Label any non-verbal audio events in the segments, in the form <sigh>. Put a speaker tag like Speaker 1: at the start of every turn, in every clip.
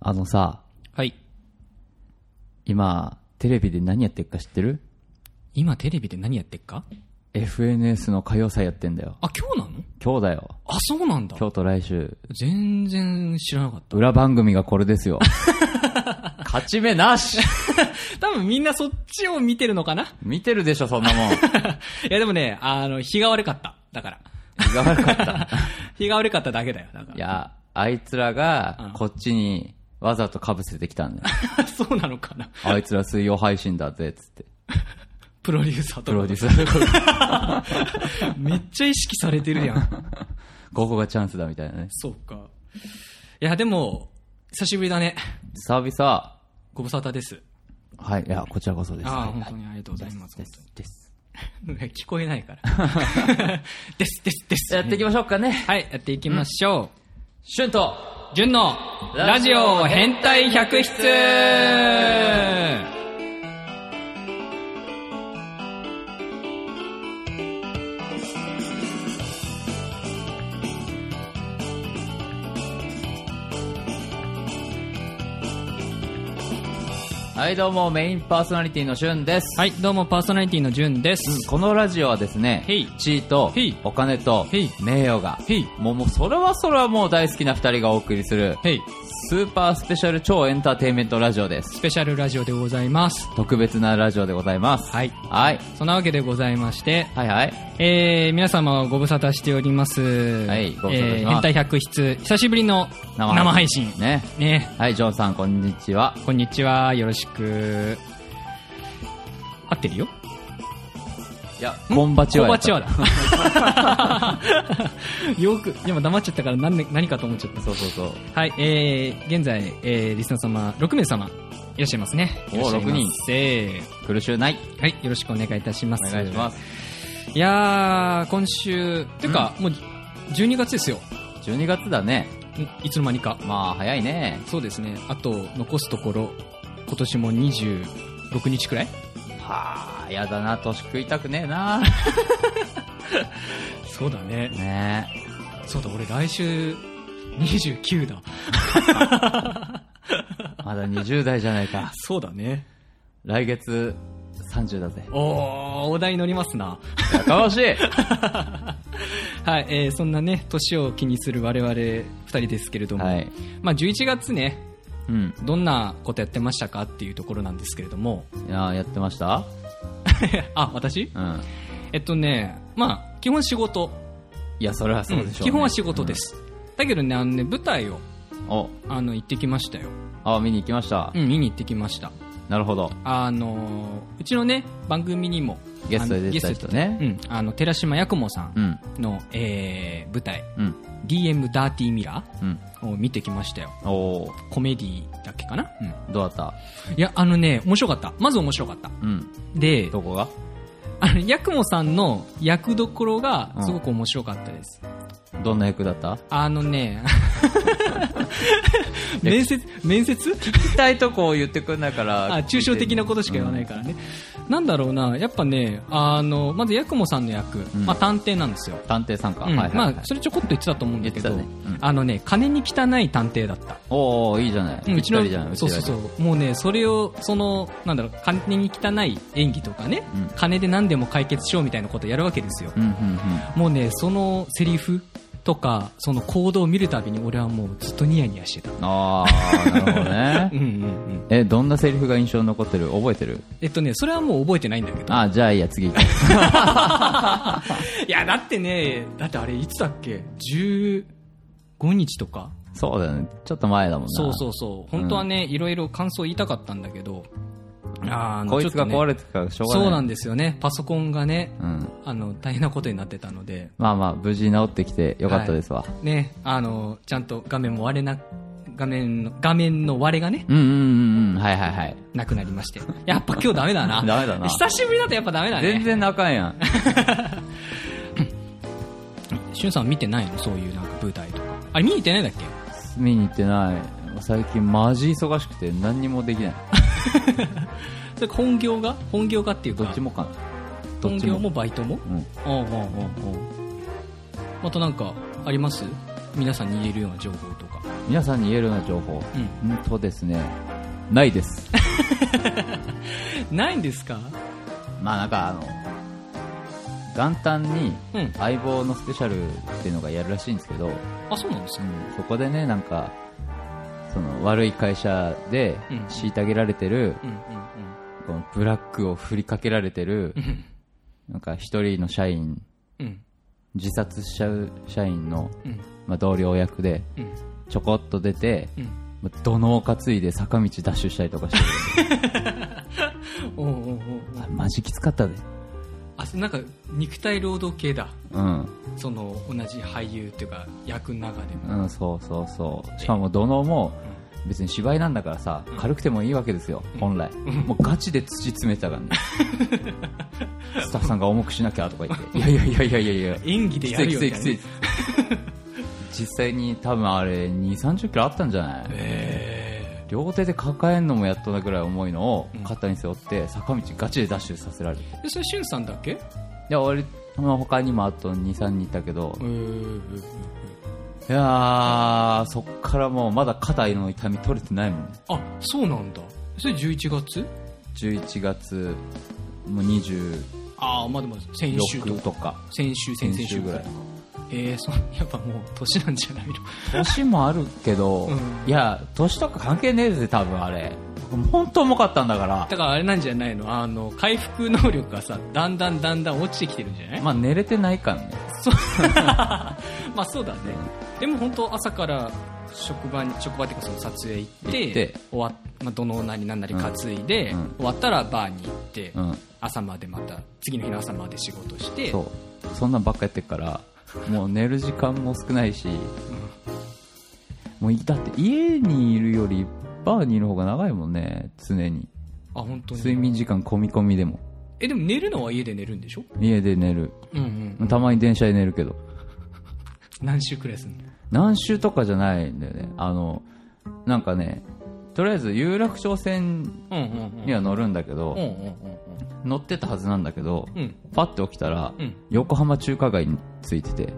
Speaker 1: あのさ、
Speaker 2: はい。
Speaker 1: 今、テレビで何やってるか知ってる
Speaker 2: 今テレビで何やってっか
Speaker 1: ?FNS の歌謡祭やってんだよ。
Speaker 2: あ、今日なの
Speaker 1: 今日だよ。
Speaker 2: あ、そうなんだ。
Speaker 1: 今日と来週、
Speaker 2: 全然知らなかっ
Speaker 1: 裏番組がこれですよ。勝ち目なし
Speaker 2: た。 <laughs> 多分みんなそっちを見てるのかな
Speaker 1: <laughs> 見てるでしょ、そんな <laughs> もん。
Speaker 2: いやでもね、あの、日が悪かった。だから。
Speaker 1: 気が悪かった。
Speaker 2: 日が悪かっただけだよ。だか
Speaker 1: <laughs> いや、あいつらが、こっちに、わざと被せてきたん <laughs> だよ。
Speaker 2: ら。 <laughs> そうなのかな。
Speaker 1: あいつら水曜配信だぜ、つって。
Speaker 2: プロデューサー
Speaker 1: プロ
Speaker 2: と
Speaker 1: デューサー。
Speaker 2: か。 <laughs> めっちゃ意識されてるやん。
Speaker 1: <laughs> ここがチャンスだ、みたいなね。
Speaker 2: そうか。いやでも、久しぶりだね。
Speaker 1: 久々、
Speaker 2: ご無沙汰です。
Speaker 1: はい、いや、こちらこそです。
Speaker 2: ああ、
Speaker 1: はい
Speaker 2: 本当にありがとうございます。
Speaker 1: です、です。
Speaker 2: <laughs> 聞こえな
Speaker 1: <laughs>
Speaker 2: いから。 <laughs> です、です、です。
Speaker 1: やっていきましょうかね。
Speaker 2: はい、やっていきましょう。
Speaker 1: シュンと、
Speaker 2: 純のラジオ変態百室
Speaker 1: はい、どうも、メインパーソナリティのしゅんです。
Speaker 2: はい、どうもパーソナリティの純です。
Speaker 1: このラジオはですね
Speaker 2: へい、
Speaker 1: 地位と
Speaker 2: へい
Speaker 1: お金と
Speaker 2: へい
Speaker 1: 名誉が
Speaker 2: へい、
Speaker 1: もう、もう、それはそれはもう大好きな二人がお送りする、
Speaker 2: ヘイ、
Speaker 1: スーパースペシャル超エンターテインメントラジオです。
Speaker 2: スペシャルラジオでございます。
Speaker 1: 特別なラジオでございます。
Speaker 2: はい
Speaker 1: はい。
Speaker 2: そんなわけでございまして、
Speaker 1: はいはい。
Speaker 2: えー、皆様ご無沙汰しております。
Speaker 1: はいご無沙汰してます
Speaker 2: えー変態百室、久しぶりの生配信。
Speaker 1: ね。
Speaker 2: ね、
Speaker 1: はい、ジョンさん、こんにちは。
Speaker 2: こんにちは、よろしく。合ってるよ
Speaker 1: いや、こんばちは。
Speaker 2: コバチワ。だ。よく、今黙っちゃったから何ね何かと思っちゃった。
Speaker 1: <laughs> そうそうそう。
Speaker 2: はい、えー、現在、えー、リスナー様、6名様、いらっしゃいますね。
Speaker 1: おー
Speaker 2: いらっしゃいます
Speaker 1: 6人
Speaker 2: せ
Speaker 1: 苦しゅうない。
Speaker 2: ーはい、よろしくお願いいたしま
Speaker 1: お
Speaker 2: す。
Speaker 1: 願いします。
Speaker 2: す。いやー、今週、ていうか、もう、12月ですよ。
Speaker 1: 12月だね。
Speaker 2: んいつの間にか。
Speaker 1: まあ、早いね。
Speaker 2: そうですね。あと、残すところ、今年も26日くらい
Speaker 1: はあ、やだな、年食いたくねえな。
Speaker 2: そうだね。
Speaker 1: ねえ。
Speaker 2: そうだ、俺来週、29だ。
Speaker 1: まだ20代じゃないか。
Speaker 2: そうだね。
Speaker 1: 来月30だぜ。
Speaker 2: おー、お題乗りますな。
Speaker 1: やかましい
Speaker 2: はい、えーそんなね、年を気にする我々二人ですけれど
Speaker 1: <laughs>
Speaker 2: も、
Speaker 1: はい。
Speaker 2: まあ11月ね、
Speaker 1: うん。
Speaker 2: どんなことやってましたかっていうところなんですけれ
Speaker 1: <laughs>
Speaker 2: ども、
Speaker 1: いややってました
Speaker 2: あ、私
Speaker 1: うん。
Speaker 2: えっとね、まあ、基本仕事。
Speaker 1: いや、それはそうでしょう、ね
Speaker 2: ん基本は仕事で。す。だけどね、あのね、舞台を、
Speaker 1: うんお、
Speaker 2: あの、行ってきましたよ。
Speaker 1: あ、見に行きました。
Speaker 2: うん、見に行ってきました。
Speaker 1: なるほど。
Speaker 2: あのー、うちのね、番組にも、
Speaker 1: ゲストで出てた
Speaker 2: あの
Speaker 1: 人ね。
Speaker 2: ゲストでうん、あの、寺島八雲さ
Speaker 1: うんん。
Speaker 2: の、えー、舞台、
Speaker 1: うん。
Speaker 2: DM ダーティーミラ
Speaker 1: うん。
Speaker 2: ーを見てきましたよ。
Speaker 1: おー
Speaker 2: コメディだっけかなうん。
Speaker 1: どうだった
Speaker 2: いや、あのね、面白かった。まず面白かった。
Speaker 1: うん。
Speaker 2: で、
Speaker 1: どこが
Speaker 2: あの、ヤクモさんの役どころが
Speaker 1: うん
Speaker 2: すごく面白かったです。
Speaker 1: どんな役だった
Speaker 2: あの
Speaker 1: <laughs>
Speaker 2: ね、面接、面接
Speaker 1: 聞きたいとこを言ってくんないから
Speaker 2: あ、抽象的なことしか言わない
Speaker 1: か
Speaker 2: からね。なんだろうな、やっぱね、あの、まずヤクモさんの役、
Speaker 1: うん
Speaker 2: まあ探偵なんですよ。
Speaker 1: ら。探偵さんか。
Speaker 2: うん
Speaker 1: はいはい、はい。
Speaker 2: まあ、それちょこっと言ってたと思うんだけど、
Speaker 1: 言ってたねうん
Speaker 2: あのね、金に汚い探偵だった。
Speaker 1: おーいいじゃない。
Speaker 2: うん
Speaker 1: ぴったりじゃない。。
Speaker 2: そうそうそうう。もうね、それを、その、なんだろう、金に汚い演技とかね、
Speaker 1: うん
Speaker 2: 金で何でも解決しようみたいなことをやるわけですよ。
Speaker 1: うん、うん、
Speaker 2: もうね、そのセリフとか、その行動を見るたびに俺はもうずっとニヤニヤしてた。
Speaker 1: うん。あー、なるほどね
Speaker 2: う。 <laughs> んうんうん。
Speaker 1: え、どんなセリフが印象に残ってる覚えてる
Speaker 2: えっとね、それはもう覚えてないんだけど。
Speaker 1: あ、じゃあいいや、次行こう。
Speaker 2: いや、だってね、だってあれいつだっけ ?15 日とか
Speaker 1: そうだよね。ちょっと前だもんな。
Speaker 2: そうそうそう。本当はね、いろいろ感想言いたかったんだけど、あーあの
Speaker 1: こいつが
Speaker 2: ちょっとね
Speaker 1: 壊れてるからしょうがない。
Speaker 2: そうなんですよね。パソコンがね、
Speaker 1: うん。
Speaker 2: あの、大変なことになってたので、
Speaker 1: まあまあ、無事治ってきてよかったですわ。
Speaker 2: ね、あの、ちゃんと画面も割れな、画面の、画面の割れがね、
Speaker 1: うんうんうんうん。はいはいはい。
Speaker 2: なくなりまして。やっぱ今日ダメだな。
Speaker 1: ダメだな。
Speaker 2: 久しぶりだとやっぱダメだ
Speaker 1: 全
Speaker 2: ね。
Speaker 1: 然泣かんやん。
Speaker 2: しゅんさん見てないのそういうなんか舞台とか。あれ見に行ってないんだっけ
Speaker 1: 見に行ってない。最近マジ忙しくて何にもできない。
Speaker 2: それ本業が本業がっていうか、
Speaker 1: どっちもかな。ど
Speaker 2: 本
Speaker 1: っち
Speaker 2: 業
Speaker 1: も。
Speaker 2: もバイトも
Speaker 1: うん。
Speaker 2: ああああああまたなんかあります皆さんに言えるような情報とか。
Speaker 1: 皆さんに言えるような情報。
Speaker 2: う
Speaker 1: うんとですね、ないです。 <laughs>
Speaker 2: ん。ないんですか
Speaker 1: まあなんかあの、元旦に
Speaker 2: うん。
Speaker 1: 相棒のスペシャルっていうのがやるらしいんですけど、
Speaker 2: あ、そうなんです
Speaker 1: う
Speaker 2: か
Speaker 1: ん、そこでね、なんか、その悪い会社で
Speaker 2: うん
Speaker 1: 虐げられてる、
Speaker 2: うんうん
Speaker 1: このブラックを振りかけられてる
Speaker 2: う、ん。
Speaker 1: なんか一人の社員、
Speaker 2: うん。
Speaker 1: 自殺しちゃう社員の、
Speaker 2: うん。
Speaker 1: まあ、同僚役で
Speaker 2: うん。
Speaker 1: ちょこっと出て、
Speaker 2: うん。
Speaker 1: まあ土のを担いで坂道ダッシュしたりとかしてる <laughs>
Speaker 2: おうおうおうお
Speaker 1: あ
Speaker 2: う
Speaker 1: マジきつかったで、
Speaker 2: あ、なんか、肉体労働系だ。
Speaker 1: うん、
Speaker 2: その、同じ俳優っていうか、役の中でも。
Speaker 1: うん、そうそうそうしかも土のも別に芝居なんだからさ軽くてもいいわけですよ
Speaker 2: うん
Speaker 1: 本来もうガチで土詰めてたからねスタッフさんが重くしなきゃとか言
Speaker 2: <laughs>
Speaker 1: っていやいやいやいやいやいや
Speaker 2: うん演技で
Speaker 1: き
Speaker 2: や
Speaker 1: つい
Speaker 2: る
Speaker 1: き
Speaker 2: よ
Speaker 1: つ
Speaker 2: み
Speaker 1: いきつ
Speaker 2: たいな
Speaker 1: い実際に多分あれ2 3 0キロあったんじゃない
Speaker 2: え
Speaker 1: 両手で抱えるのもやっとなぐらい重いのを
Speaker 2: うん
Speaker 1: 肩に背負って坂道ガチでダッシュさせられるい
Speaker 2: ーでそれしゅんさんだっけう
Speaker 1: や俺まあ他にもあと23人いたけど
Speaker 2: ーん
Speaker 1: いやーそっからもうまだ肩の痛み取れてないもん
Speaker 2: あそうなんだそれ11月
Speaker 1: 11月もう24
Speaker 2: ああまあでも先週とか
Speaker 1: とか
Speaker 2: 先週先々週ぐらいえー、そう <laughs> やっぱもう年なんじゃないの <laughs>
Speaker 1: 年もあるけど、
Speaker 2: うん
Speaker 1: いや年とか関係ねえぜ多分あれ本当重かったんだから
Speaker 2: だからあれなんじゃないのあの回復能力がさだんだんだんだん落ちてきてるんじゃないま
Speaker 1: まあ寝れてないからね
Speaker 2: あそうだねでも本当朝から職場に職場っていうかその撮影行って
Speaker 1: 行って
Speaker 2: 終わっまあ、どのなりなんなり担いで、
Speaker 1: うんうん
Speaker 2: 終わったらバーに行って、
Speaker 1: うん
Speaker 2: 朝までまた次の日の朝まで仕事して
Speaker 1: そうそんなんばっかやってるからもう寝る時間も少ないしもういだって家にいるよりバーにいる方が長いもんね常に
Speaker 2: あ本当
Speaker 1: 睡
Speaker 2: に
Speaker 1: 眠時間込み込みでも
Speaker 2: えでも寝るのは家で寝るんでしょ
Speaker 1: 家で寝る
Speaker 2: うんうん
Speaker 1: たまに電車で寝るけど
Speaker 2: 何週くらいすんの
Speaker 1: 何周とかじゃないんだよねあのなんかねとりあえず有楽町線
Speaker 2: うんうん
Speaker 1: には乗るんだけど、
Speaker 2: うんうん
Speaker 1: 乗ってたはずなんだけど、
Speaker 2: うんうん
Speaker 1: パッて起きたら、
Speaker 2: うん
Speaker 1: 横浜中華街についてて
Speaker 2: ん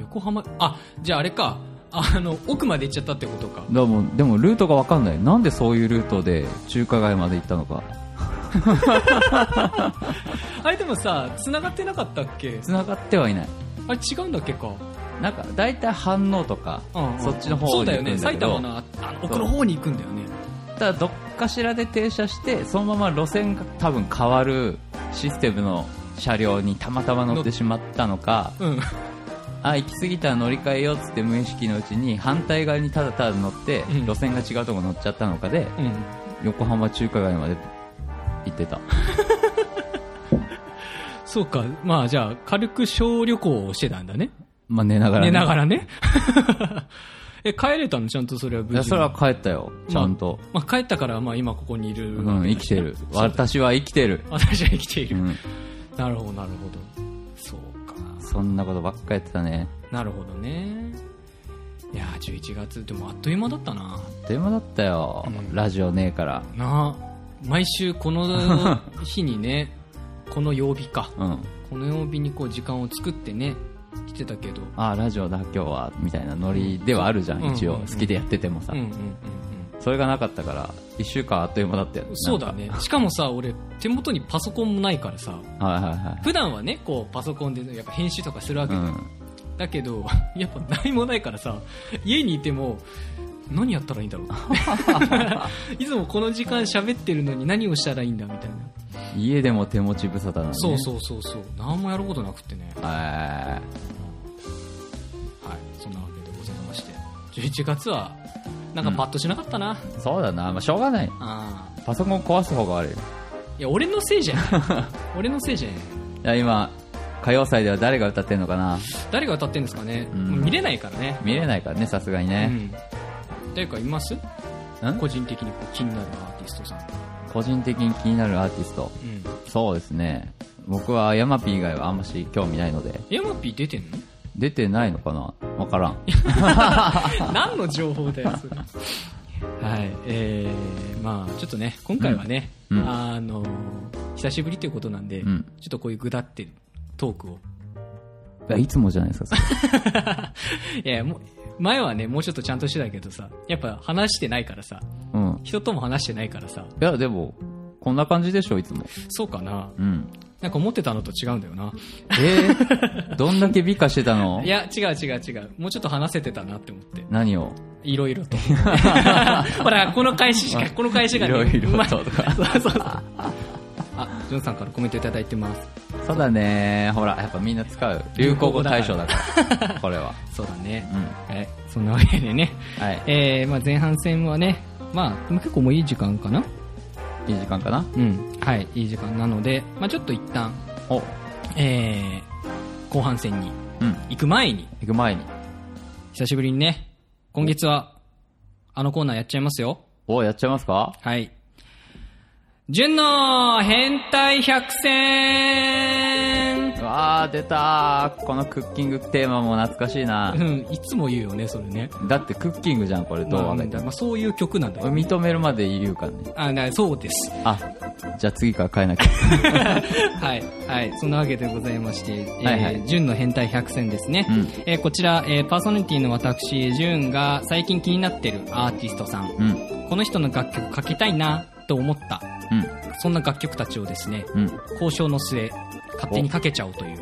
Speaker 2: 横浜あじゃああれかあの奥まで行っちゃったってことか
Speaker 1: でもでもルートが分かんないなんでそういうルートで中華街まで行ったのか
Speaker 2: あれでもさ繋がってなかったっけ
Speaker 1: 繋がってはいない
Speaker 2: あれ違うんだっけか、
Speaker 1: なんか大体反応とか、
Speaker 2: うんうん
Speaker 1: そっちの方
Speaker 2: そう
Speaker 1: に
Speaker 2: だ
Speaker 1: 行く
Speaker 2: よ
Speaker 1: んだけ
Speaker 2: ね
Speaker 1: ど
Speaker 2: 埼玉のああの奥の方に行くんだよね
Speaker 1: ただどっかしらで停車してそのまま路線が多分変わるシステムの車両にたまたま乗ってしまったのか
Speaker 2: うん
Speaker 1: あ行き過ぎたら乗り換えようっつって無意識のうちに反対側にただただ乗って、
Speaker 2: うん
Speaker 1: 路線が違うとこ乗っちゃったのかで
Speaker 2: うん
Speaker 1: 横浜中華街まで行ってた
Speaker 2: そうかまあじゃあ軽く小旅行をしてたんだね
Speaker 1: まあ寝ながら、
Speaker 2: 寝なが
Speaker 1: ら
Speaker 2: らね <laughs> え帰れたのちゃんとそれは無事に
Speaker 1: それは帰ったよちゃんと、
Speaker 2: まあ、帰ったからまあ今ここにいる、
Speaker 1: うん生きてる
Speaker 2: そうだ
Speaker 1: 私は生きてる、
Speaker 2: <laughs> 私は生きていうる、
Speaker 1: ん、
Speaker 2: なるほどなるほどそうか
Speaker 1: そんなことばっかやってたね
Speaker 2: なるほどねいやー11月でもあっという間だったな
Speaker 1: あっという間だったよ、
Speaker 2: うん
Speaker 1: ラジオねえから
Speaker 2: なあ毎週こ <laughs> の日にねこの曜日か
Speaker 1: うん
Speaker 2: この曜日にこう時間を作ってね来てたけど
Speaker 1: あラジオだ今日はみたいなノリではあるじゃん、
Speaker 2: うん
Speaker 1: 一
Speaker 2: う
Speaker 1: 応
Speaker 2: んうん
Speaker 1: 好きでやっててもさ、
Speaker 2: うんうんうん
Speaker 1: それがなかったから1週間あっという間だったよ
Speaker 2: うんそうだねしかもさ俺手元にパソコンもないからさ
Speaker 1: なんかはいはいはい
Speaker 2: 普段はねこうパソコンでやっぱ編集とかするわけ
Speaker 1: う
Speaker 2: だよ、
Speaker 1: ん、
Speaker 2: だけど、 <laughs> やっぱ何もないからさ、家にいても、何やったらいいんだろう
Speaker 1: <laughs>
Speaker 2: って。いつもこの時間喋ってるのに何をしたらいいんだみたいな。
Speaker 1: 家でも手持ち無沙汰なのね
Speaker 2: そう
Speaker 1: う
Speaker 2: そうそうそう。何もやることなくってね。
Speaker 1: あ
Speaker 2: はい。そんなわけでございまして。11月は、なんかパッとしなかったな。
Speaker 1: ーそうだな、まあ、しょうがない
Speaker 2: ああ。
Speaker 1: パソコン壊す方が悪いい
Speaker 2: いや、俺のせいじゃない。
Speaker 1: <laughs>
Speaker 2: 俺のせいじゃない。
Speaker 1: や今歌謡祭では誰が歌ってんのかな
Speaker 2: 誰が歌ってんですかね。
Speaker 1: うん
Speaker 2: もう見れないからね。
Speaker 1: 見れないからねさすがに
Speaker 2: う
Speaker 1: ね、
Speaker 2: ん。誰かいます
Speaker 1: ん
Speaker 2: 個人的にこう気になるアーティストさん。
Speaker 1: 個人的に気になるアーティスト
Speaker 2: うん。
Speaker 1: そうですね僕はヤマピー以外はあんまし興味ないので
Speaker 2: ヤマピー出てんの
Speaker 1: 出てないのかなわからん
Speaker 2: 何の情報だよ、それ。はい、えー、まあちょっとね、今回はね、
Speaker 1: うんうん
Speaker 2: あの、久しぶりということなんで、
Speaker 1: うん
Speaker 2: ちょっとこういうぐだってるトークを
Speaker 1: いやいつもじゃない
Speaker 2: <laughs>
Speaker 1: ですかそれ
Speaker 2: いやもう前はねもうちょっとちゃんとしてたけどさやっぱ話してないからさ
Speaker 1: うん
Speaker 2: 人とも話してないからさ
Speaker 1: いやでもこんな感じでしょいつも
Speaker 2: そうかな
Speaker 1: うん
Speaker 2: なんか思ってたのと違うんだよな
Speaker 1: え
Speaker 2: <laughs>
Speaker 1: ー、どんだけ美化してたの
Speaker 2: いや違う違う違うもうちょっと話せてたなって思って
Speaker 1: 何を
Speaker 2: いろいろと <laughs> ほらこの返ししかこの返し
Speaker 1: い
Speaker 2: がね
Speaker 1: ろいろ
Speaker 2: うまい
Speaker 1: ととか
Speaker 2: そうそうそうあジョンさんからコメントいただいてます
Speaker 1: そうだねほらやっぱみんな使う流行語大賞だ
Speaker 2: <laughs>
Speaker 1: からこれは
Speaker 2: そうだね
Speaker 1: う、ん
Speaker 2: はいそんなわけでね、
Speaker 1: はい
Speaker 2: えーまあ、前半戦はねまあ結構もういい時間かない
Speaker 1: い時間かな
Speaker 2: うんはいいい時間なので、まあ、ちょっと一旦
Speaker 1: お
Speaker 2: えー後半戦に
Speaker 1: うん
Speaker 2: 行く前に
Speaker 1: 行く前に
Speaker 2: 久しぶりにね今月はあのコーナーやっちゃいますよ
Speaker 1: おやっちゃいますか
Speaker 2: はい。純の変態百選
Speaker 1: うわー出たーこのクッキングテーマも懐かしい
Speaker 2: <laughs>
Speaker 1: な
Speaker 2: うん、いつも言うよね、それね。
Speaker 1: だってクッキングじゃんこれどう
Speaker 2: まあ
Speaker 1: 分かった
Speaker 2: まあそういう曲なんだよ。
Speaker 1: 認めるまで言うからね
Speaker 2: あなそうです。
Speaker 1: あじゃあ次から変えなき
Speaker 2: <laughs>
Speaker 1: ゃ
Speaker 2: はい。はい。そんなわけでございまして、
Speaker 1: はいはい
Speaker 2: えー、純の変態百選ですね。
Speaker 1: うん
Speaker 2: えーこちら、えーパーソナリティの私、純が最近気になってるアーティストさん。
Speaker 1: うん
Speaker 2: この人の楽曲かけたいなと思った。そんな楽曲たちをですね、
Speaker 1: うんうん
Speaker 2: 交渉の末、勝手にかけちゃおうという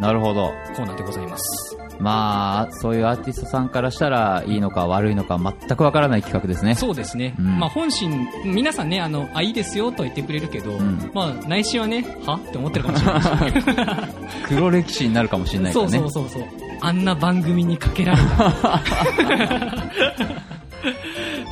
Speaker 1: なるほど
Speaker 2: コーナーでございます。
Speaker 1: まあそういうアーティストさんからしたらいいのか悪いのか全くわからない企画ですね
Speaker 2: そうですね、
Speaker 1: うん
Speaker 2: まあ本心、皆さんね、あのあいいですよとは言ってくれるけど、
Speaker 1: ん
Speaker 2: まあ内心はね、はって思ってるかもしれないし
Speaker 1: 黒歴史になるかもしれないか
Speaker 2: そ
Speaker 1: ら
Speaker 2: う
Speaker 1: ね
Speaker 2: そうそうそう、あんな番組にかけら
Speaker 1: <laughs>
Speaker 2: れた。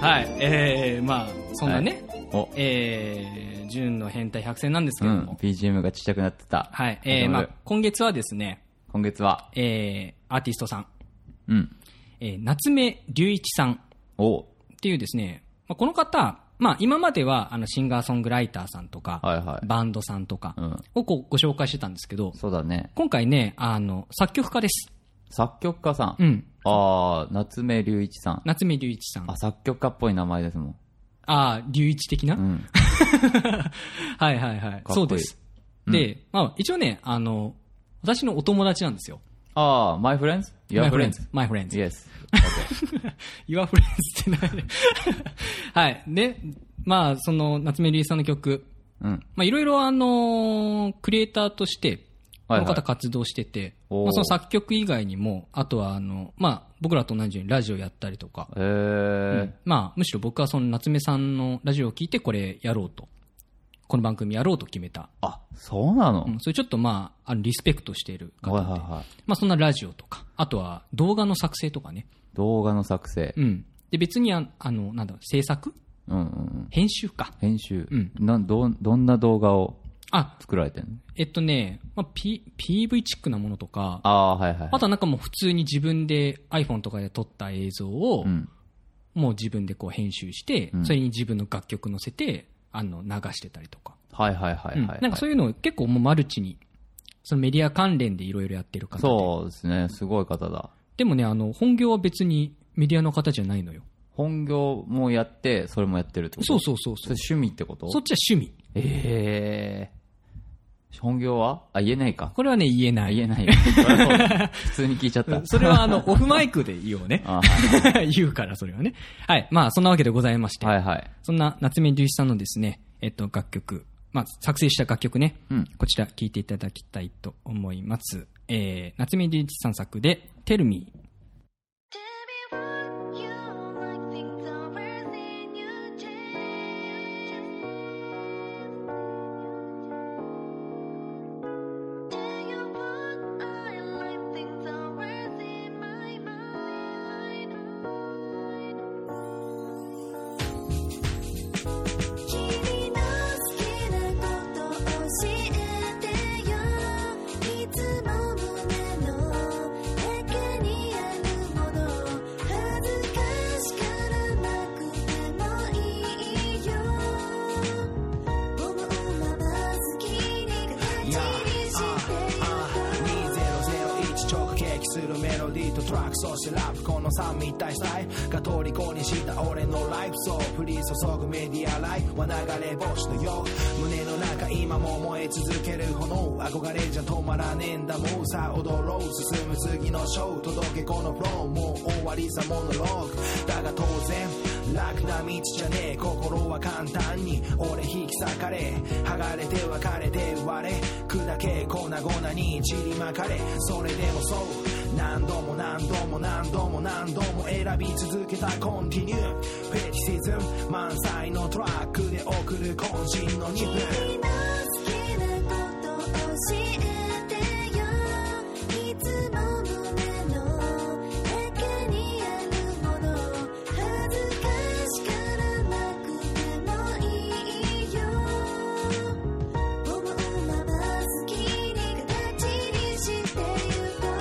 Speaker 2: はい、えー、まあそんなね、
Speaker 1: お
Speaker 2: えー、純の変態百選なんですけ
Speaker 1: う
Speaker 2: ど
Speaker 1: ん
Speaker 2: も、
Speaker 1: BGM がちっちゃくなってた
Speaker 2: はい、えー、まあ今月はですね、
Speaker 1: 今月は
Speaker 2: えー、アーティストさん、
Speaker 1: うん
Speaker 2: えー、夏目隆一さん
Speaker 1: おう
Speaker 2: っていうですね、まあ、この方、まあ今まではあのシンガーソングライターさんとか、
Speaker 1: はいはい
Speaker 2: バンドさんとか
Speaker 1: うん
Speaker 2: をこうご紹介してたんですけど、
Speaker 1: そうだね
Speaker 2: 今回ね、あの、作曲家です。
Speaker 1: 作曲家さん、
Speaker 2: うん。
Speaker 1: ああ夏目隆一さん
Speaker 2: 夏目隆一さん。
Speaker 1: あ
Speaker 2: あ
Speaker 1: 作曲家っぽい名前ですもん
Speaker 2: あー、隆一的な、
Speaker 1: うん
Speaker 2: <laughs> はいはいはい。
Speaker 1: こいい
Speaker 2: そうです。
Speaker 1: うん
Speaker 2: で、まあ一応ね、あの、私のお友達なんですよ。
Speaker 1: ああ My friends? Your friends?
Speaker 2: My friends.
Speaker 1: Yes
Speaker 2: Your friends って何 <laughs> はい。で、まあその夏目隆一さんの曲、
Speaker 1: うん
Speaker 2: まあいろいろあのークリエイターとして、こ
Speaker 1: はいは
Speaker 2: の
Speaker 1: い
Speaker 2: 方活動してて、
Speaker 1: おー
Speaker 2: まあ、その作曲以外にも、あとはあの、まあ僕らと同じようにラジオやったりとか、
Speaker 1: えー
Speaker 2: まあ、むしろ僕はその夏目さんのラジオを聞いてこれやろうと。この番組やろうと決めた。
Speaker 1: あそうなの、
Speaker 2: うん、それちょっとまあ、あのリスペクトしている方
Speaker 1: は
Speaker 2: で。
Speaker 1: いはいはい
Speaker 2: まあ、そんなラジオとか、あとは動画の作成とかね。
Speaker 1: 動画の作成
Speaker 2: うん。で、別にあ、あの、なんだろう、制作
Speaker 1: うんうんうん
Speaker 2: 編集か。
Speaker 1: 編集、
Speaker 2: うん
Speaker 1: なんどんどんな動画を
Speaker 2: あ、
Speaker 1: 作られてんの
Speaker 2: えっとね、まあ、P、PV チックなものとか、あ
Speaker 1: ああーはいはい
Speaker 2: とはなんかもう普通に自分で iPhone とかで撮った映像を、
Speaker 1: うん
Speaker 2: もう自分でこう編集して、
Speaker 1: うん
Speaker 2: それに自分の楽曲乗せて、あの、流してたりとか。
Speaker 1: はいはいはいはい、
Speaker 2: うんなんかそういうのを結構もうマルチに、そのメディア関連でいろいろやってる方で。
Speaker 1: そうですねすごい方だ
Speaker 2: でもね、あの、本業は別にメディアの方じゃないのよ。
Speaker 1: 本業もやってそれもやってるってこと
Speaker 2: そうそうそう
Speaker 1: そ
Speaker 2: そ
Speaker 1: れ
Speaker 2: う。
Speaker 1: 趣味ってこと
Speaker 2: そっちは趣味。
Speaker 1: ええ本業はあ言えないか
Speaker 2: これはね、言えな
Speaker 1: あ
Speaker 2: い。
Speaker 1: 言えない
Speaker 2: <laughs>
Speaker 1: よそりゃそうだ普通に聞いちゃっ
Speaker 2: う
Speaker 1: た
Speaker 2: んそれはあ <laughs> の、オフマイクで言おうね。 <laughs>
Speaker 1: あ
Speaker 2: 言うから、それはね。はい。まあ、そんなわけでございまして。
Speaker 1: はいはい
Speaker 2: そんな夏目隆一さんのですね、えっと、楽曲、まあ、作成した楽曲ね、
Speaker 1: うん
Speaker 2: こちら聴いていただきたいと思います。えー、夏目隆一さん作で、Tell Me
Speaker 3: Tell me what you like, things are worse than you just Tell you what I like, things are worse in my mind.「君の好きなこと教えてよ」「いつも胸の中にあるもの」「恥ずかしからなくてもいいよ」「思うまま好きに形にしてよ」
Speaker 4: 2001直撃するメロディーとトラックそしてラップこの3密体スタイルが通りこにした俺のライフイプそう降り注ぐメディアライフは流れ星のよう胸の中今も燃え続ける炎憧れじゃ止まらねえんだもうさ踊ろう進む次のショー届けこのフローもう終わりさモノローグだが当然楽な道じゃねえ心は簡単に俺引き裂かれ剥がれて分かれて割れ砕け粉々に散りまかれそれでもそう何度も何度も何度も何度も選び続けたコンティニューフェティシズム満載のトラックで送る渾身の2
Speaker 3: 「君の好きなこと教えてよ」「いつも胸の中にあるもの」「恥ずかしからなくてもいいよ」「思うまま好きに形にしてゆこう」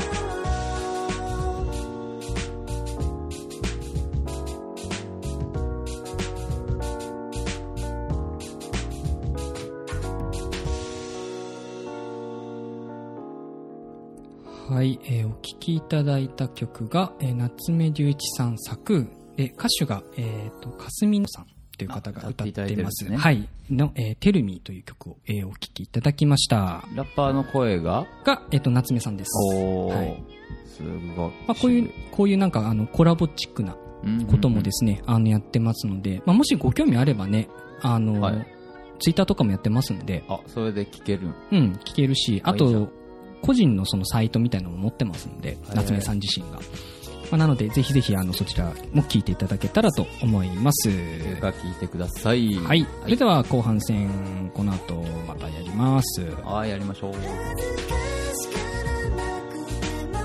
Speaker 2: はい、えーお聴きいただいた曲が、えー夏目隆一さん作で歌手が、えー、と霞野さんという方が
Speaker 1: あ歌
Speaker 2: 歌っ
Speaker 1: ってていただいてるん
Speaker 2: ま
Speaker 1: ですすね
Speaker 2: はいの、えー、テルミーという曲を、えーお聴きいただきました
Speaker 1: ラッパーの声が
Speaker 2: が、えー、と夏目さんです、
Speaker 1: おー、
Speaker 2: はい
Speaker 1: すごい、
Speaker 2: まあ、こういうこういうなんかあのコラボチックなこともですね、あのやってますので、まあ、もしご興味あればねあの、
Speaker 1: はい
Speaker 2: ツイッターとかもやってますんで
Speaker 1: あそれで聞けるん
Speaker 2: うん、聞けるし、あ
Speaker 1: あいいじゃ
Speaker 2: と
Speaker 1: ん、
Speaker 2: 個人のそのサイトみたいなのも持ってますんで、
Speaker 1: はい
Speaker 2: 夏目さん自身が。まあ、なので、ぜひぜひ、あの、そちらも聞いていただけたらと思います。
Speaker 1: が聞いてください
Speaker 2: はい。それでは、後半戦、この後、またやります。
Speaker 1: はいやりましょう
Speaker 3: 「恥ず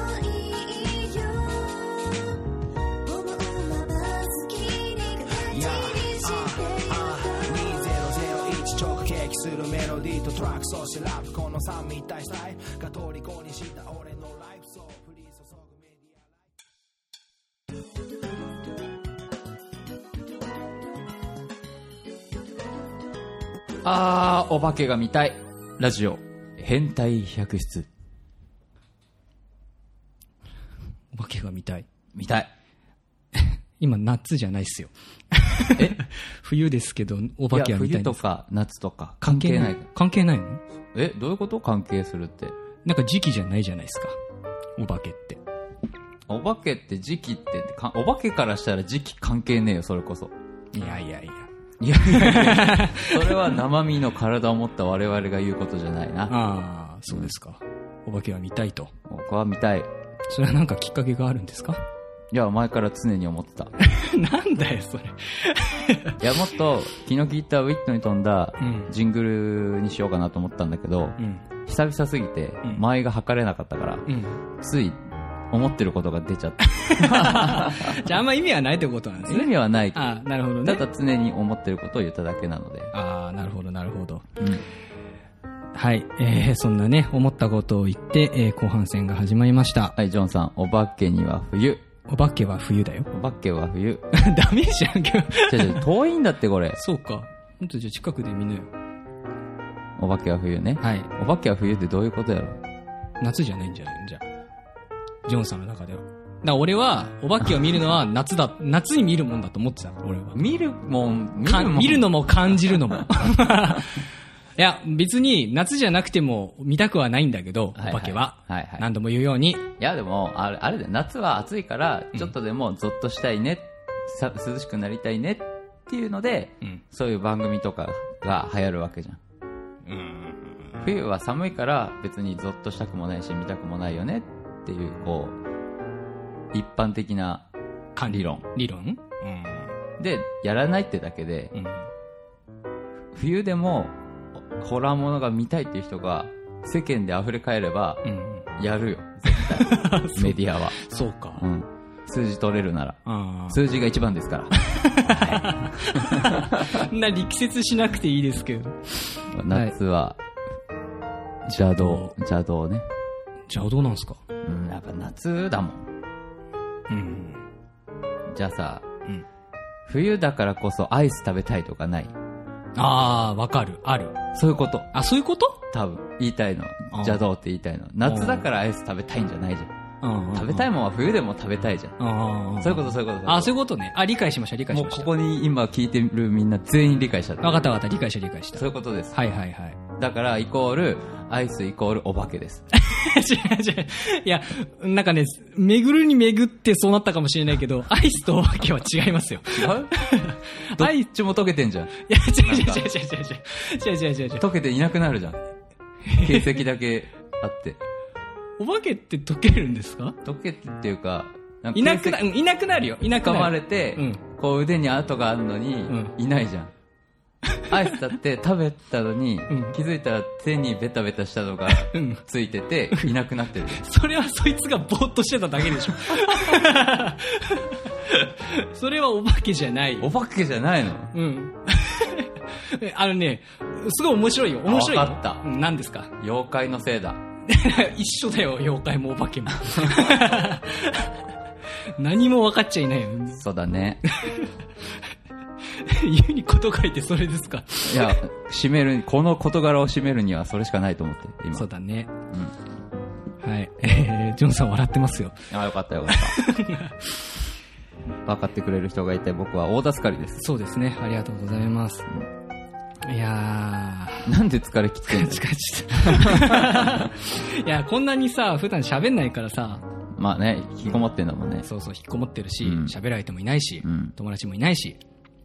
Speaker 3: かしからなくてもいいよ」「思うまま好きに形にして
Speaker 4: 2001直撃するメロディーとトラックそしてラップこの3密体スタイルが虜にした俺のライフそう降り注ぐメディア
Speaker 1: あーお化けが見たいラジオ変態百出
Speaker 2: お化けが見たい。
Speaker 1: 見たい
Speaker 2: 今、夏じゃないっすよ。 <laughs> 冬ですけど、お化けは見た
Speaker 1: や
Speaker 2: い
Speaker 1: 冬とか夏とか関係ない
Speaker 2: 関係ないの
Speaker 1: えどういうこと関係するって
Speaker 2: なんか時期じゃないじゃないですか。お化けって。
Speaker 1: お化けって時期ってかお化けからしたら時期関係ねえよそれこそ
Speaker 2: いやいやいや。
Speaker 1: いやいやい
Speaker 2: <laughs>
Speaker 1: やそれは生身の体を持った我々が言うことじゃないな
Speaker 2: ああ、そうですか。お化けは見たいと。
Speaker 1: 僕は見たい
Speaker 2: それはなんかきっかけがあるんですか
Speaker 1: いや前から常に思ってた
Speaker 2: <laughs> なんだよ、それ。
Speaker 1: いやもっと気の利いたウィットに飛んだ
Speaker 2: うん
Speaker 1: ジングルにしようかなと思ったんだけど、
Speaker 2: うん。
Speaker 1: 久々すぎて
Speaker 2: うん
Speaker 1: 前が測れなかったから、
Speaker 2: うん。
Speaker 1: つい思ってることが出ちゃっ
Speaker 2: <laughs> じゃあ、あんま意味はないということなん
Speaker 1: た
Speaker 2: です
Speaker 1: 意
Speaker 2: ね。
Speaker 1: 味はないけど
Speaker 2: ああ、なるほど
Speaker 1: た
Speaker 2: ね。
Speaker 1: だ常に思ってることを言っただけなので、
Speaker 2: ああ、なるほど、なるほど。
Speaker 1: うん
Speaker 2: はい。えー、そんなね、思ったことを言って、えー、後半戦が始まりました。
Speaker 1: はいジョンさんお化けには冬
Speaker 2: お化けは冬だよ。
Speaker 1: お化けは冬
Speaker 2: <laughs>
Speaker 1: <laughs>
Speaker 2: ダメじゃん、今日。
Speaker 1: 違う違う遠いんだってこれ
Speaker 2: そうか。ほんと、じゃあ近くで見なよ。
Speaker 1: お化けは冬ね、
Speaker 2: はい。
Speaker 1: お化けは冬ってどういうことやろ
Speaker 2: 夏じゃないんじゃないじゃあジョンさんの中では。だから俺は、お化けを見るのは夏だ、夏に見るもんだと思ってたの、俺は。
Speaker 1: 見るもん
Speaker 2: か見る
Speaker 1: の
Speaker 2: のも感じる <laughs> のも。いや、別に夏じゃなくても見たくはないんだけど、お化けは。
Speaker 1: はいはい、
Speaker 2: 何度も言うように、
Speaker 1: いやでもあれあれだよ夏は暑いからちょっとでもゾッとしたいね、さ涼しくなりたいねっていうので、
Speaker 2: うん
Speaker 1: そういう番組とかが流行るわけじゃん冬は寒いから別にゾッとしたくもないし見たくもないよねっていうこう一般的な
Speaker 2: 管理
Speaker 1: 理
Speaker 2: 論。
Speaker 1: 論
Speaker 2: 理論
Speaker 1: でやらないってだけで、
Speaker 2: うん。
Speaker 1: 冬でもホラーものが見たいっていう人が世間で溢れ返れば
Speaker 2: うん。
Speaker 1: やるよ絶対メディアは、
Speaker 2: そうか。
Speaker 1: うん、数字取れるなら
Speaker 2: あ
Speaker 1: 数字が一番ですから
Speaker 2: あ。そんな力説しなくていいですけど。
Speaker 1: 夏は邪道邪道ね
Speaker 2: じゃあどうなんすか
Speaker 1: うんやっぱ夏だもん
Speaker 2: うん。
Speaker 1: じゃあさ、
Speaker 2: うん
Speaker 1: 冬だからこそアイス食べたいとかない
Speaker 2: ああ、わかる。ある。
Speaker 1: そういうこと
Speaker 2: あ、そういうこと
Speaker 1: 多分言いたいの
Speaker 2: あー
Speaker 1: 邪道って言いたいの夏だからアイス食べたいんじゃないじゃん
Speaker 2: うんうん
Speaker 1: 食べたいもんは冬でも食べたいじゃん。
Speaker 2: ああ
Speaker 1: そういうこと、そういうこと。
Speaker 2: あそういうことねあ理解しました理解
Speaker 1: も
Speaker 2: し
Speaker 1: う
Speaker 2: まし
Speaker 1: こ
Speaker 2: た
Speaker 1: こに今聞いてるみんな全員理解しちゃった。
Speaker 2: 分かった分かった理解した理解した
Speaker 1: そういうことです。
Speaker 2: はいはいはい <laughs>
Speaker 1: だから、イコール、アイスイコールお化けです。
Speaker 2: 違う違ういやなんかね巡るに巡ってそうなったかもしれないけどアイスとお化けは違いますよ
Speaker 1: 違 <laughs> うどっ
Speaker 2: アイス
Speaker 1: ちも溶けてんじゃん。
Speaker 2: いや違う
Speaker 1: なんか
Speaker 2: 違う違う違う違う違う違う違う違う
Speaker 1: 溶けていなくなるじゃん。形跡だけあって。
Speaker 2: お化けって溶けるんですか
Speaker 1: 溶けてっていうか、なんか
Speaker 2: いなく
Speaker 1: 形
Speaker 2: な
Speaker 1: 跡
Speaker 2: うんいなくなるよいなく
Speaker 1: 噛
Speaker 2: な
Speaker 1: ま
Speaker 2: る
Speaker 1: れて、
Speaker 2: うん
Speaker 1: こう腕に跡があるのに、
Speaker 2: ん
Speaker 1: いないじゃん。アイスだって食べたのに、
Speaker 2: ん
Speaker 1: 気づいたら手にベタベタしたの <laughs> が
Speaker 2: うん
Speaker 1: ついてて、いなくなってる。
Speaker 2: それはそいつがぼーっとしてただけでしょ <laughs> それはお化けじゃない
Speaker 1: お化けじゃないの
Speaker 2: うん <laughs> あのねすごい面白いよ面白いよ
Speaker 1: あわかった
Speaker 2: うん何ですか
Speaker 1: 妖怪のせいだ。
Speaker 2: <laughs> 一緒だよ妖怪もお化けも <laughs> 何も分かっちゃいないよ
Speaker 1: そうだね。
Speaker 2: 言うにこと書いてそれですか
Speaker 1: いや、締める、この事柄を締めるにはそれしかないと思って、今。
Speaker 2: そうだね、はい <laughs> えージョンさん笑ってますよ <laughs>
Speaker 1: あ、よかったよかった。分かってくれる人がいて、僕は大助かりです。
Speaker 2: そうですねありがとうございますいやー
Speaker 1: なんで疲れ切ってんの
Speaker 2: 疲れちゃった。 <laughs> いや、こんなにさ、普段喋んないからさ、
Speaker 1: まあね、引きこもってんだもんね。
Speaker 2: そうそう、引っこもってるし
Speaker 1: うん、
Speaker 2: 喋、る相手もいないし、
Speaker 1: うん
Speaker 2: 友達もいないし、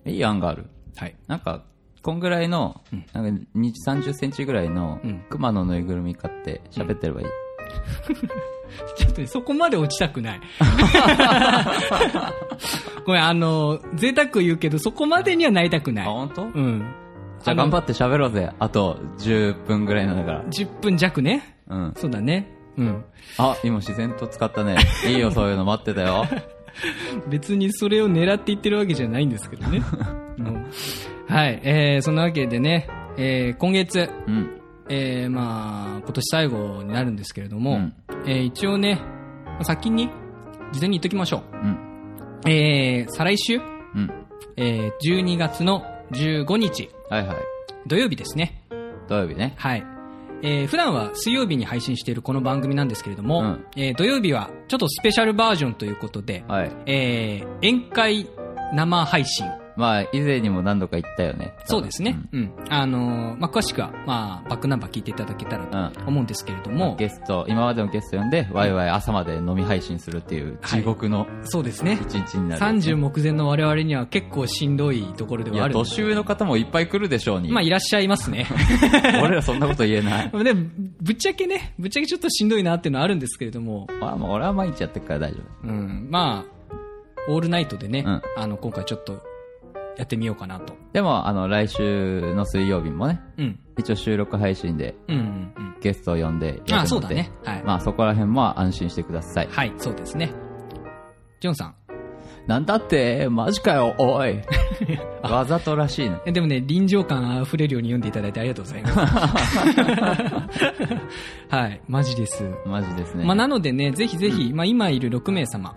Speaker 1: いい案がある。
Speaker 2: はい。
Speaker 1: なんか、こんぐらいの、なんか、2 30センチぐらいの
Speaker 2: うん、
Speaker 1: 熊のぬいぐるみ買って喋ってればいい。
Speaker 2: ちょっとね、そこまで落ちたくない。 <laughs> ごめん、あの、贅沢言うけど、そこまでにはなりたくな
Speaker 1: あ、
Speaker 2: い。
Speaker 1: 本当？
Speaker 2: うん。
Speaker 1: じゃあ
Speaker 2: の
Speaker 1: 頑張って喋ろうぜ。あと10分ぐらいなんだから。
Speaker 2: 10分弱ね。
Speaker 1: うん。
Speaker 2: そうだね。うん。
Speaker 1: あ、今自然と使
Speaker 2: <laughs>
Speaker 1: ったね。いいよ、そういうの待ってたよ。
Speaker 2: 別にそれを狙って言ってるわけじゃないんですけ
Speaker 1: <laughs>
Speaker 2: どね。うんはい。えー、そんなわけでね、えー、今月、
Speaker 1: うん。
Speaker 2: えーまあ、今年最後になるんですけれども、
Speaker 1: うん
Speaker 2: えー一応ね、まあ先に、事前に言っときましょ
Speaker 1: うん。
Speaker 2: う。えー再来週、
Speaker 1: うん。
Speaker 2: えー12月の15日、
Speaker 1: はいはい。
Speaker 2: 土曜日ですね。
Speaker 1: 土曜日ね。
Speaker 2: はい。えー普段は水曜日に配信しているこの番組なんですけれども、
Speaker 1: うん
Speaker 2: えー土曜日はちょっとスペシャルバージョンということで、
Speaker 1: はい。
Speaker 2: えー宴会生配信。
Speaker 1: まあ、以前にも何度か言ったよね。
Speaker 2: そうですね。うん。あのーまあ、詳しくは、まあ、バックナンバー聞いていただけたらと思うんですけれど
Speaker 1: も
Speaker 2: も
Speaker 1: う、ゲスト、今までのゲスト呼んで、ワイワイ朝まで飲み配信するっていう地獄の
Speaker 2: そうですね。
Speaker 1: 一日になる。
Speaker 2: 30目前の我々には結構しんどいところで
Speaker 1: い
Speaker 2: はあ
Speaker 1: や、
Speaker 2: るんで
Speaker 1: 年上の方もいっぱい来るでしょうに。
Speaker 2: まあいらっしゃいま
Speaker 1: <laughs>
Speaker 2: すね。
Speaker 1: 俺らそんなこと言えない。 <laughs>
Speaker 2: でぶっちゃけね、ぶっちゃけちょっとしんどいなっていうのはあるんですけれども、
Speaker 1: まあ、もう俺は毎日やってるから大丈夫。
Speaker 2: うん、まあ、オールナイトでね、
Speaker 1: うん
Speaker 2: あの、今回ちょっとやってみようかなと。
Speaker 1: でも、あの、来週の水曜日もね、
Speaker 2: うん。
Speaker 1: 一応収録配信で
Speaker 2: うんうんうん。
Speaker 1: ゲストを呼んでやって
Speaker 2: あそうだねはい
Speaker 1: まあ、そこら辺も安心してください。
Speaker 2: はい、そうですね。ジョンさん。
Speaker 1: なんだって、マジかよ、お
Speaker 2: <laughs>
Speaker 1: い。わざとらしいね。
Speaker 2: えでもね、臨場感溢れるように読んでいただいてありがとうござい <laughs> ます。はい、マジです。
Speaker 1: マジですね。
Speaker 2: まあ、なのでね、ぜひぜひ、まあ、今いる6名様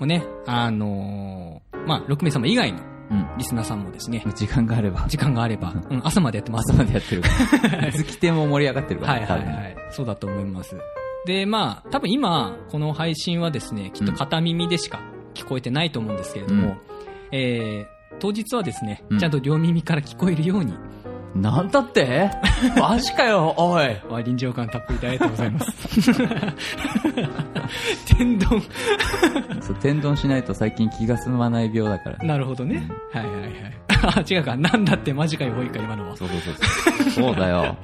Speaker 2: もね、あのーまあ、6名様以外の
Speaker 1: うん。
Speaker 2: リスナーさんもですね、
Speaker 1: <laughs> 時間があれば。
Speaker 2: 時間があれば、うん、朝までやってます
Speaker 1: 朝。までやってるから。いつ来ても盛り上がってるから。
Speaker 2: はいはい
Speaker 1: 多分
Speaker 2: はい。そうだと思います。で、まあ、多分今、この配信はですね、きっと片耳でしか聞こえてないと思うんですけれども、えー、当日はですね
Speaker 1: うん、
Speaker 2: ちゃんと両耳から聞こえるように、
Speaker 1: なんだって <laughs> マジかよ、おい。
Speaker 2: わ臨場感たっぷりでありがとうございます。 <laughs> 天丼。 <laughs>
Speaker 1: そう、天丼しないと最近気が済まない病だから。
Speaker 2: なるほどね。はいはい <laughs> はい。あ、違うか。なんだってマジかよ、ほいか、今のは。
Speaker 1: そうそうそうそう。そう <laughs> だよ。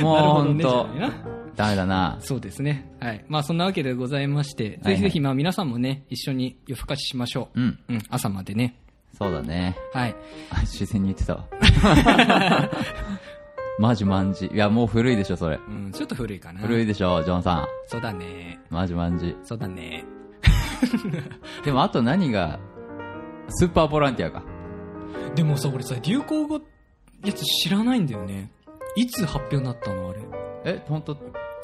Speaker 1: もう
Speaker 2: なるほ
Speaker 1: ほ
Speaker 2: ど
Speaker 1: ん
Speaker 2: ね。
Speaker 1: と
Speaker 2: じ、ゃないな
Speaker 1: ダメだな。
Speaker 2: そうですね。はい。まあそんなわけでございまして、
Speaker 1: はいはい
Speaker 2: ぜひぜひまあ皆さんもね、一緒に夜更かししましょう。
Speaker 1: うん、
Speaker 2: うん、朝までね。
Speaker 1: そうだね。
Speaker 2: はい。
Speaker 1: あ自然に言ってたわ。 <laughs> マジマンジ。いや、もう古いでしょ、それ。
Speaker 2: うん、ちょっと古いかな。
Speaker 1: 古
Speaker 2: い。
Speaker 1: いでしょ、ジョンさん。
Speaker 2: そうだね。
Speaker 1: マジマンジ。
Speaker 2: そうだね。
Speaker 1: でも、あと何が、スーパーボランティアか。
Speaker 2: でもさ、俺さ、流行語やつ知らないんだよね。いつ発表になったのあれ。
Speaker 1: え、ほんと、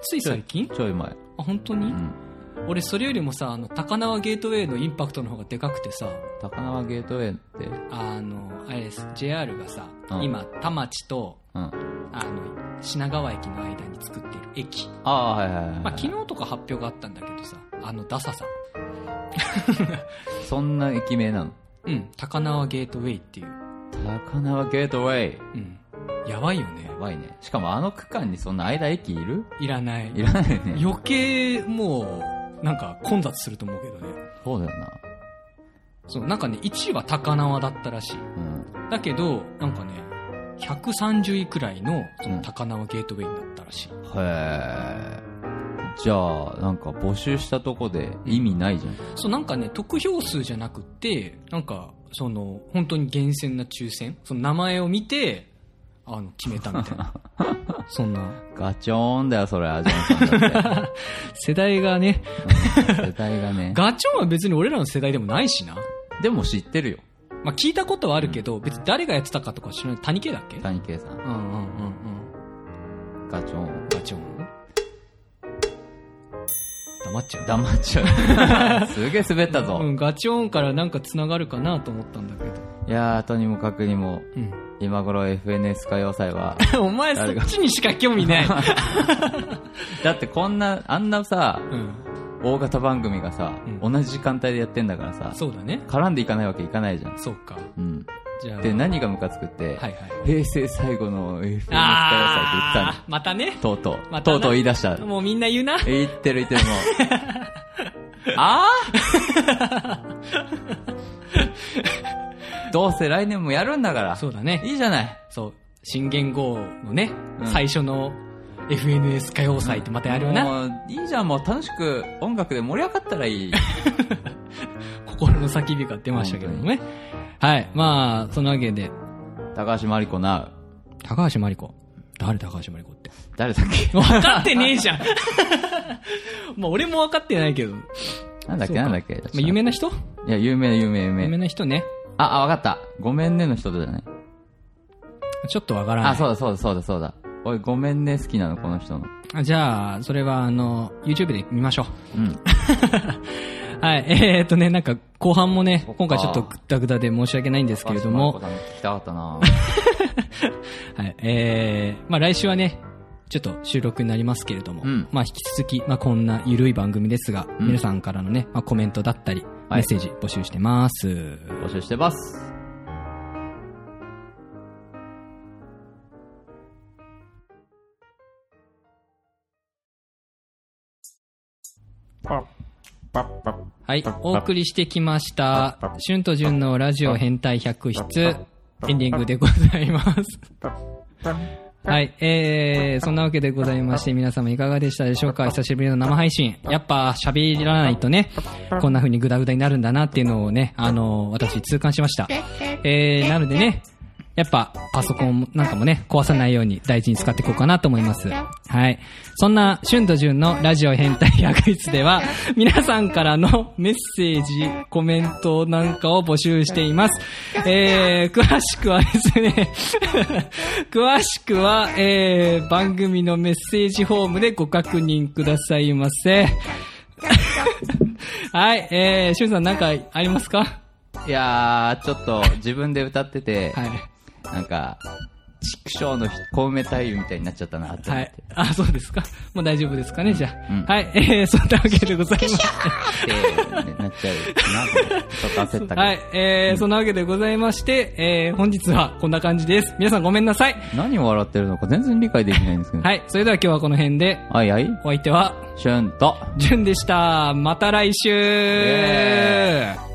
Speaker 2: つい最近
Speaker 1: ちょい前。
Speaker 2: あ、本当に、
Speaker 1: うん。
Speaker 2: 俺それよりもさ、あの、高輪ゲートウェイのインパクトの方がでかくてさ、
Speaker 1: 高輪ゲートウェイって、
Speaker 2: あの、あれです、JR がさ、
Speaker 1: うん
Speaker 2: 今、田町と、
Speaker 1: うん。
Speaker 2: あの、品川駅の間に作ってる駅、
Speaker 1: ああ、はいはいはい。
Speaker 2: まあ、昨日とか発表があったんだけどさあのダサさ
Speaker 1: そんな駅名なの
Speaker 2: うん高輪ゲートウェイっていう、
Speaker 1: 高輪ゲートウェイ。
Speaker 2: うん、やばいよね
Speaker 1: やばいね。しかもあの区間にそんな間駅いる
Speaker 2: いらない
Speaker 1: いらないね。
Speaker 2: 余計もうなんか混雑すると思うけどね
Speaker 1: そうだよな。
Speaker 2: そうなんかね1位は高輪だったらしい
Speaker 1: うん。
Speaker 2: だけどなんかね130位くらいのその高輪ゲートウェイになったらしい、
Speaker 1: へえ。じゃあ、なんか募集したとこで意味ないじゃん。
Speaker 2: そうなんかね得票数じゃなくってなんかその本当に厳選な抽選その名前を見てあの決めたみたいなそんな
Speaker 1: ガチョーンだよ、それ、アジョンさんだっ
Speaker 2: 世代がね
Speaker 1: <laughs> て。世代がね。
Speaker 2: ガチョンは別に俺らの世代でもないしな、
Speaker 1: でも知ってるよ。
Speaker 2: まあ、聞いたことはあるけど、別に誰がやってたかとか知らない谷系だっけうん
Speaker 1: 谷圭さん。
Speaker 2: うんうんうん
Speaker 1: ガチョーン。
Speaker 2: ガチョン黙っちゃう
Speaker 1: 黙っちゃう。 <laughs> すげえ滑った
Speaker 2: う
Speaker 1: ぞ。
Speaker 2: ん、ガチョンからなんか繋がるかなと思ったんだけど
Speaker 1: いやー、とにもかくにも、 <laughs>
Speaker 2: うん、
Speaker 1: 今頃 FNS 歌謡祭 <laughs> は、
Speaker 2: お前そ
Speaker 1: 誰が
Speaker 2: っちにしか興味ない、
Speaker 1: <laughs> だってこんな、あんなさ、
Speaker 2: うん、
Speaker 1: 大型番組がさ、
Speaker 2: う
Speaker 1: 同じ時間帯でやってんだからさ、
Speaker 2: そうだね
Speaker 1: 絡んでいかないわけいかないじゃん。
Speaker 2: そうか
Speaker 1: うん。
Speaker 2: じゃあ
Speaker 1: で、何がムカつくって、
Speaker 2: はいはい
Speaker 1: 平成最後の FNS 歌謡祭って言ってた
Speaker 2: あーまたね。
Speaker 1: の。とうとう、
Speaker 2: また
Speaker 1: と
Speaker 2: な
Speaker 1: うとう言い出した。
Speaker 2: もうみんな言うな。
Speaker 1: 言ってる言ってるも
Speaker 2: <laughs>
Speaker 1: う。ああ <laughs> どうせ来年もやるんだから。
Speaker 2: そうだね。
Speaker 1: いいじゃない。
Speaker 2: そう。新元号のね、
Speaker 1: うん
Speaker 2: 最初の FNS 歌謡祭ってまたやるよな。
Speaker 1: もういいじゃん、もう楽しく音楽で盛り上がったら
Speaker 2: <laughs>
Speaker 1: いい。
Speaker 2: 心の叫びが出ましたけどもね。はい。まあ、そのわけで、
Speaker 1: 高橋真理子な
Speaker 2: 高橋真理子。誰高橋真理子って。
Speaker 1: う。誰だっけ
Speaker 2: 分かってねえじゃん。 <laughs> まあ、俺も分かってないけど。ま
Speaker 1: なんだっ
Speaker 2: そ
Speaker 1: け
Speaker 2: うか
Speaker 1: なんだっけ
Speaker 2: あ、有名な人
Speaker 1: いや、有名、有名、有
Speaker 2: 有名
Speaker 1: 名。
Speaker 2: な人ね。
Speaker 1: あ、あ、わかった。ごめんねの人だね。
Speaker 2: ちょっとわからない。
Speaker 1: あ、そうだ、そうだ、そうだ、そうだ。おい、ごめんね好きなの、この人の。
Speaker 2: あじゃあ、それは、あの、YouTube で見ま <laughs> しょう。
Speaker 1: うん。
Speaker 2: はい、えー、っとね、なんか後半もね、今回ちょっとグダグダで申し訳ないんですけれども
Speaker 1: 高、橋真理子さん聞きたかった
Speaker 2: <laughs>
Speaker 1: な
Speaker 2: はい、えー、まあ来週はね、ちょっと収録になりますけれども、
Speaker 1: うん
Speaker 2: まあ引き続き、まあこんな緩い番組ですが、
Speaker 1: うん
Speaker 2: 皆さんからのね、まあコメントだったり、
Speaker 1: は
Speaker 2: メ
Speaker 1: い
Speaker 2: ッセージ募集してます。
Speaker 1: 募集してます。
Speaker 2: はい、お送りしてきました、春と潤のラジオ変態百室、エンディングでございます。はい、えー、そんなわけでございまして、皆様いかがでしたでしょうか久しぶりの生配信。やっぱ喋らないとね、こんな風にグダグダになるんだなっていうのを <laughs> ね、あの、私痛感しました。えー、なのでね、やっぱパソコンなんかもね、壊さないように大事に使っていこうかなと思います。はい。そんな、春と潤のラジオ変態役室では、皆さんからのメッセージ、コメントなんかを募集しています。えー、詳しくはですね、 <laughs> 詳しくは、えー、番組のメッセージフォームでご確認くださいませ。はい、えー、しゅんさんなんかありますか
Speaker 1: いやー、ちょっと自分で歌ってて、
Speaker 2: はい。
Speaker 1: なんか、畜生の小梅太夫みたいになっちゃったなって思
Speaker 2: は
Speaker 1: っ
Speaker 2: い
Speaker 1: て。。
Speaker 2: あ、そうですか。もう大丈夫ですかね、じゃあ。
Speaker 1: うん
Speaker 2: はい、えー、そんなわけでございます。
Speaker 1: <laughs> ってなっちゃうな。ちょっと焦ったけど。
Speaker 2: はい、えー、そんなわけでございまして、えー、本日はこんな感じです。皆さんごめんなさい。
Speaker 1: 何を笑ってるのか全然理解できないんですけど。
Speaker 2: はい、それでは今日はこの辺で、
Speaker 1: はいはい。
Speaker 2: お相手は、
Speaker 1: シュンと。
Speaker 2: じゅんでした。また来週
Speaker 1: エ